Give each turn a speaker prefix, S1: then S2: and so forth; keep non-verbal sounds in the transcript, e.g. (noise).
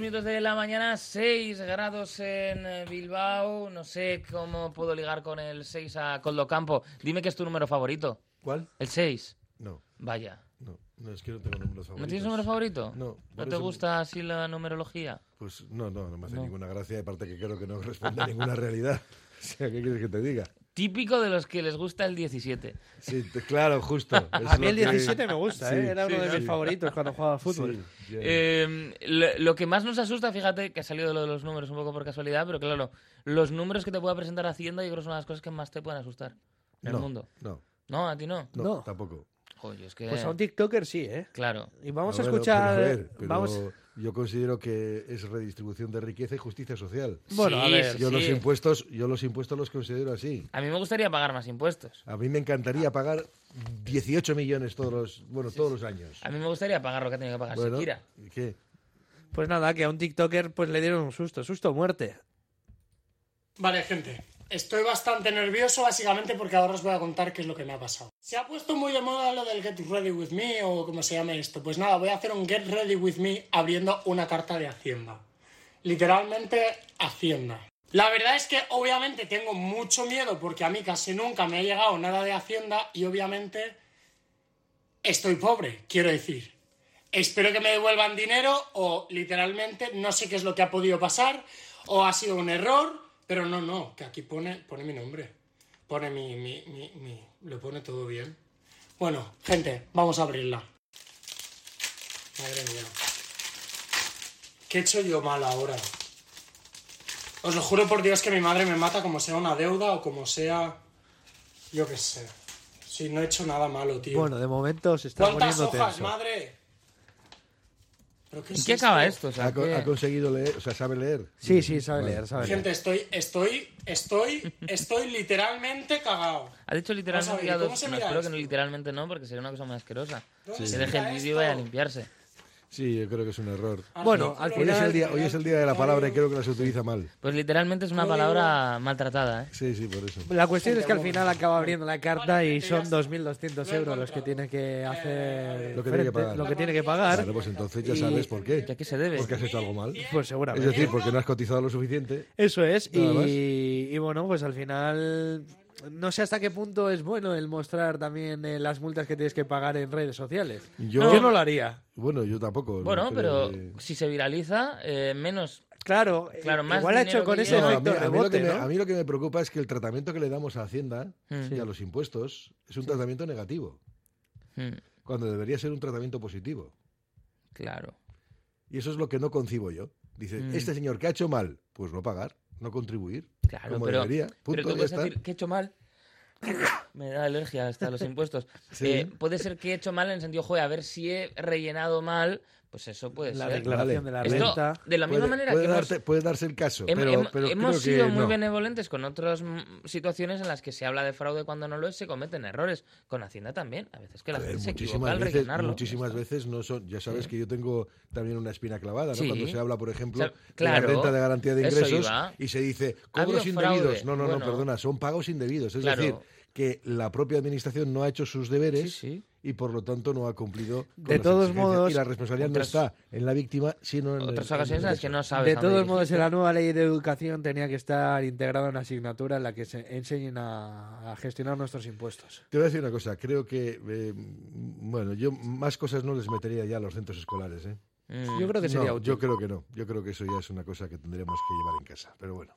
S1: minutos de la mañana, 6 grados en eh, Bilbao. No sé cómo puedo ligar con el 6 a Coldo Campo. Dime que es tu número favorito.
S2: ¿Cuál?
S1: El 6.
S2: No,
S1: Vaya.
S2: no, no, es que no tengo números favoritos.
S1: ¿No tienes número favorito?
S2: No,
S1: ¿No
S2: por
S1: te
S2: eso-
S1: gusta así la numerología?
S2: Pues no, no, no me hace
S1: No.
S2: ninguna gracia, aparte que creo que no responde a
S3: (laughs)
S2: ninguna realidad. O sea, ¿qué quieres que te diga?
S1: Típico de los que les gusta el 17.
S2: Sí, te- claro, justo.
S3: (laughs) A mí el 17 me gusta,
S2: Sí,
S3: ¿eh? era uno
S2: sí,
S3: de mis
S2: sí.
S3: favoritos cuando jugaba al fútbol. Pues
S1: Eh, lo, lo que más nos asusta, fíjate que ha salido lo de los números un poco por casualidad, pero claro, los números que te pueda presentar Hacienda yo creo que son las cosas que más te pueden asustar en el mundo.
S2: No,
S1: No, a ti no.
S2: no,
S3: No.
S2: tampoco.
S1: Joder, es que...
S3: Pues a un TikToker sí, ¿eh?
S1: Claro.
S3: Y vamos a
S2: No, bueno,
S3: escuchar.
S2: pero a ver, pero
S3: vamos...
S2: Yo considero que es redistribución de riqueza y justicia social.
S3: Bueno, a
S1: Sí,
S3: ver,
S1: sí,
S2: Yo los
S1: sí.
S2: impuestos, yo los impuestos los considero así.
S1: A mí me gustaría pagar más impuestos.
S2: A mí me encantaría pagar 18 millones todos los, bueno, todos los años.
S1: A mí me gustaría pagar lo que ha tenido que pagar
S2: Bueno,
S1: Shakira.
S2: ¿y ¿qué?
S3: Pues nada, que a un TikToker pues le dieron un susto, susto o muerte.
S4: Vale, gente. Estoy bastante nervioso básicamente porque ahora os voy a contar qué es lo que me ha pasado. Se ha puesto muy de moda lo del Get Ready With Me o como se llame esto. Pues nada, voy a hacer un Get Ready With Me abriendo una carta de Hacienda. Literalmente Hacienda. La verdad es que obviamente tengo mucho miedo porque a mí casi nunca me ha llegado nada de Hacienda y obviamente estoy pobre, quiero decir. Espero que me devuelvan dinero o literalmente no sé qué es lo que ha podido pasar o ha sido un error, pero no, no, que aquí pone, pone mi nombre, pone mi, mi, mi, mi, lo pone todo bien. Bueno, gente, vamos a abrirla. Madre mía. ¿Qué he hecho yo mal ahora? Os lo juro por Dios que mi madre me mata como sea una deuda o como sea... Yo qué sé. Si no he hecho nada malo, tío.
S3: Bueno, de momento se está
S4: ¿Cuántas
S3: poniendo
S4: hojas,
S3: tenso.
S4: madre? ¿Pero
S1: ¿En qué acaba esto? O sea,
S2: Ha, co-
S1: ¿qué-
S2: ha conseguido leer, o sea, sabe leer.
S3: Sí, sí, sabe
S2: Vale.
S3: leer, sabe
S4: Gente,
S3: leer.
S4: estoy, estoy, estoy, estoy literalmente cagado.
S1: Ha dicho
S4: Vamos
S1: literalmente
S4: a ver,
S1: ya
S4: ¿cómo
S1: dos-
S4: se
S1: no,
S4: mira
S1: espero que
S4: esto?
S1: no literalmente no, porque sería una cosa muy asquerosa.
S4: ¿Dónde
S1: Que
S4: se
S1: deje
S4: mira
S1: el vídeo y vaya a
S4: esto?
S1: limpiarse.
S2: Sí, yo creo que es un error.
S1: Ah,
S3: Bueno, al
S2: Hoy es,
S3: final-
S2: el día, hoy es el día de la palabra y creo que la se utiliza mal.
S1: Pues literalmente es una
S4: Código.
S1: palabra maltratada, ¿eh?
S2: Sí, sí, por eso.
S3: La cuestión
S4: Gente,
S3: es que al
S4: bueno.
S3: final acaba abriendo la carta
S4: Vale,
S3: y
S4: que
S3: son
S4: ya está. eh,
S3: 2.200
S4: Lo he
S3: euros los que
S4: encontrado.
S3: tiene que hacer
S2: Lo que tiene
S3: frente,
S2: que pagar.
S3: lo que tiene que pagar.
S2: Claro, pues entonces ya
S3: Y-
S2: sabes por
S1: ¿Y a
S2: qué.
S1: qué se debe?
S2: Porque has hecho algo mal.
S3: Pues
S2: Es
S3: seguramente.
S2: decir, porque no has cotizado lo suficiente.
S3: Eso es,
S2: Nada más.
S3: y, y bueno, pues al final no sé hasta qué punto es bueno el mostrar también eh, las multas que tienes que pagar en redes sociales.
S2: Yo-
S3: Yo no lo haría.
S2: Bueno, yo tampoco. no eh,
S1: Bueno, pero
S2: creo que-
S1: si se viraliza, eh, menos.
S3: Claro,
S1: Claro,
S3: eh,
S1: más
S3: igual ha hecho
S1: dinero
S3: con
S1: que
S3: ese
S1: llega.
S2: No, a,
S3: efecto
S2: mí, a mí lo
S3: rebote,
S2: que me,
S3: ¿no?
S2: a mí lo que me preocupa es que el tratamiento que le damos a Hacienda
S1: Mm.
S2: y a los impuestos es un tratamiento negativo,
S1: Mm,
S2: cuando debería ser un tratamiento positivo.
S1: Claro.
S2: Y eso es lo que no concibo yo. Dice,
S1: Mm.
S2: este señor que ha hecho mal, pues no pagar, no contribuir,
S1: Claro,
S2: como
S1: pero,
S2: debería.
S1: pero
S2: Punto,
S1: tú
S2: ya
S1: puedes
S2: está.
S1: decir que he hecho mal. Me da alergia hasta los impuestos.
S2: Sí.
S1: Eh, puede ser que he hecho mal en el sentido, joder, a ver si he rellenado mal. Pues eso puede
S3: La
S1: ser.
S3: declaración
S2: Vale.
S3: de la
S1: Esto,
S3: renta.
S1: de la misma
S2: Puede-
S1: manera
S2: puede
S1: que hemos-
S2: darte- puede darse el caso,
S1: Hem-
S2: pero,
S1: hem-
S2: pero creo
S1: hemos
S2: que
S1: sido muy
S2: no.
S1: benevolentes con otras mm, situaciones en las que se habla de fraude cuando no lo es, se cometen errores. Con Hacienda también. A veces que la
S2: A ver,
S1: gente se equivoca
S2: Eh, muchísimas
S1: al
S2: veces,
S1: rellenarlo.
S2: muchísimas veces no son. Ya sabes que yo tengo también una espina clavada, ¿no?
S1: Sí.
S2: Cuando se habla, por ejemplo,
S1: O sea, claro,
S2: de la renta de garantía de
S1: eso
S2: ingresos
S1: iba.
S2: y se dice
S1: Ha habido
S2: cobros indebidos.
S1: fraude.
S2: No, no,
S1: Bueno.
S2: no, perdona, son pagos indebidos. Es
S1: Claro.
S2: decir, que la propia administración no ha hecho sus deberes
S1: Sí, sí.
S2: y por lo tanto no ha cumplido. con
S3: De
S2: las
S3: todos
S2: exigencias.
S3: modos,
S2: y la responsabilidad
S1: otras-
S2: no está en la víctima, sino en el-
S1: Otras
S2: en el
S1: ocasiones en las que
S2: ingreso.
S1: no sabes.
S3: De
S1: dónde
S3: todos modos,
S1: dirigirte.
S3: en la nueva ley de educación tenía que estar integrada una asignatura en la que se enseñen a, a gestionar nuestros impuestos.
S2: Te voy a decir una cosa, creo que, eh, bueno, yo más cosas no les metería ya a los centros escolares, ¿eh?
S1: Mm.
S3: Yo creo que sería
S2: No,
S3: útil.
S2: yo creo que no. Yo creo que eso ya es una cosa que tendremos que llevar en casa. Pero bueno.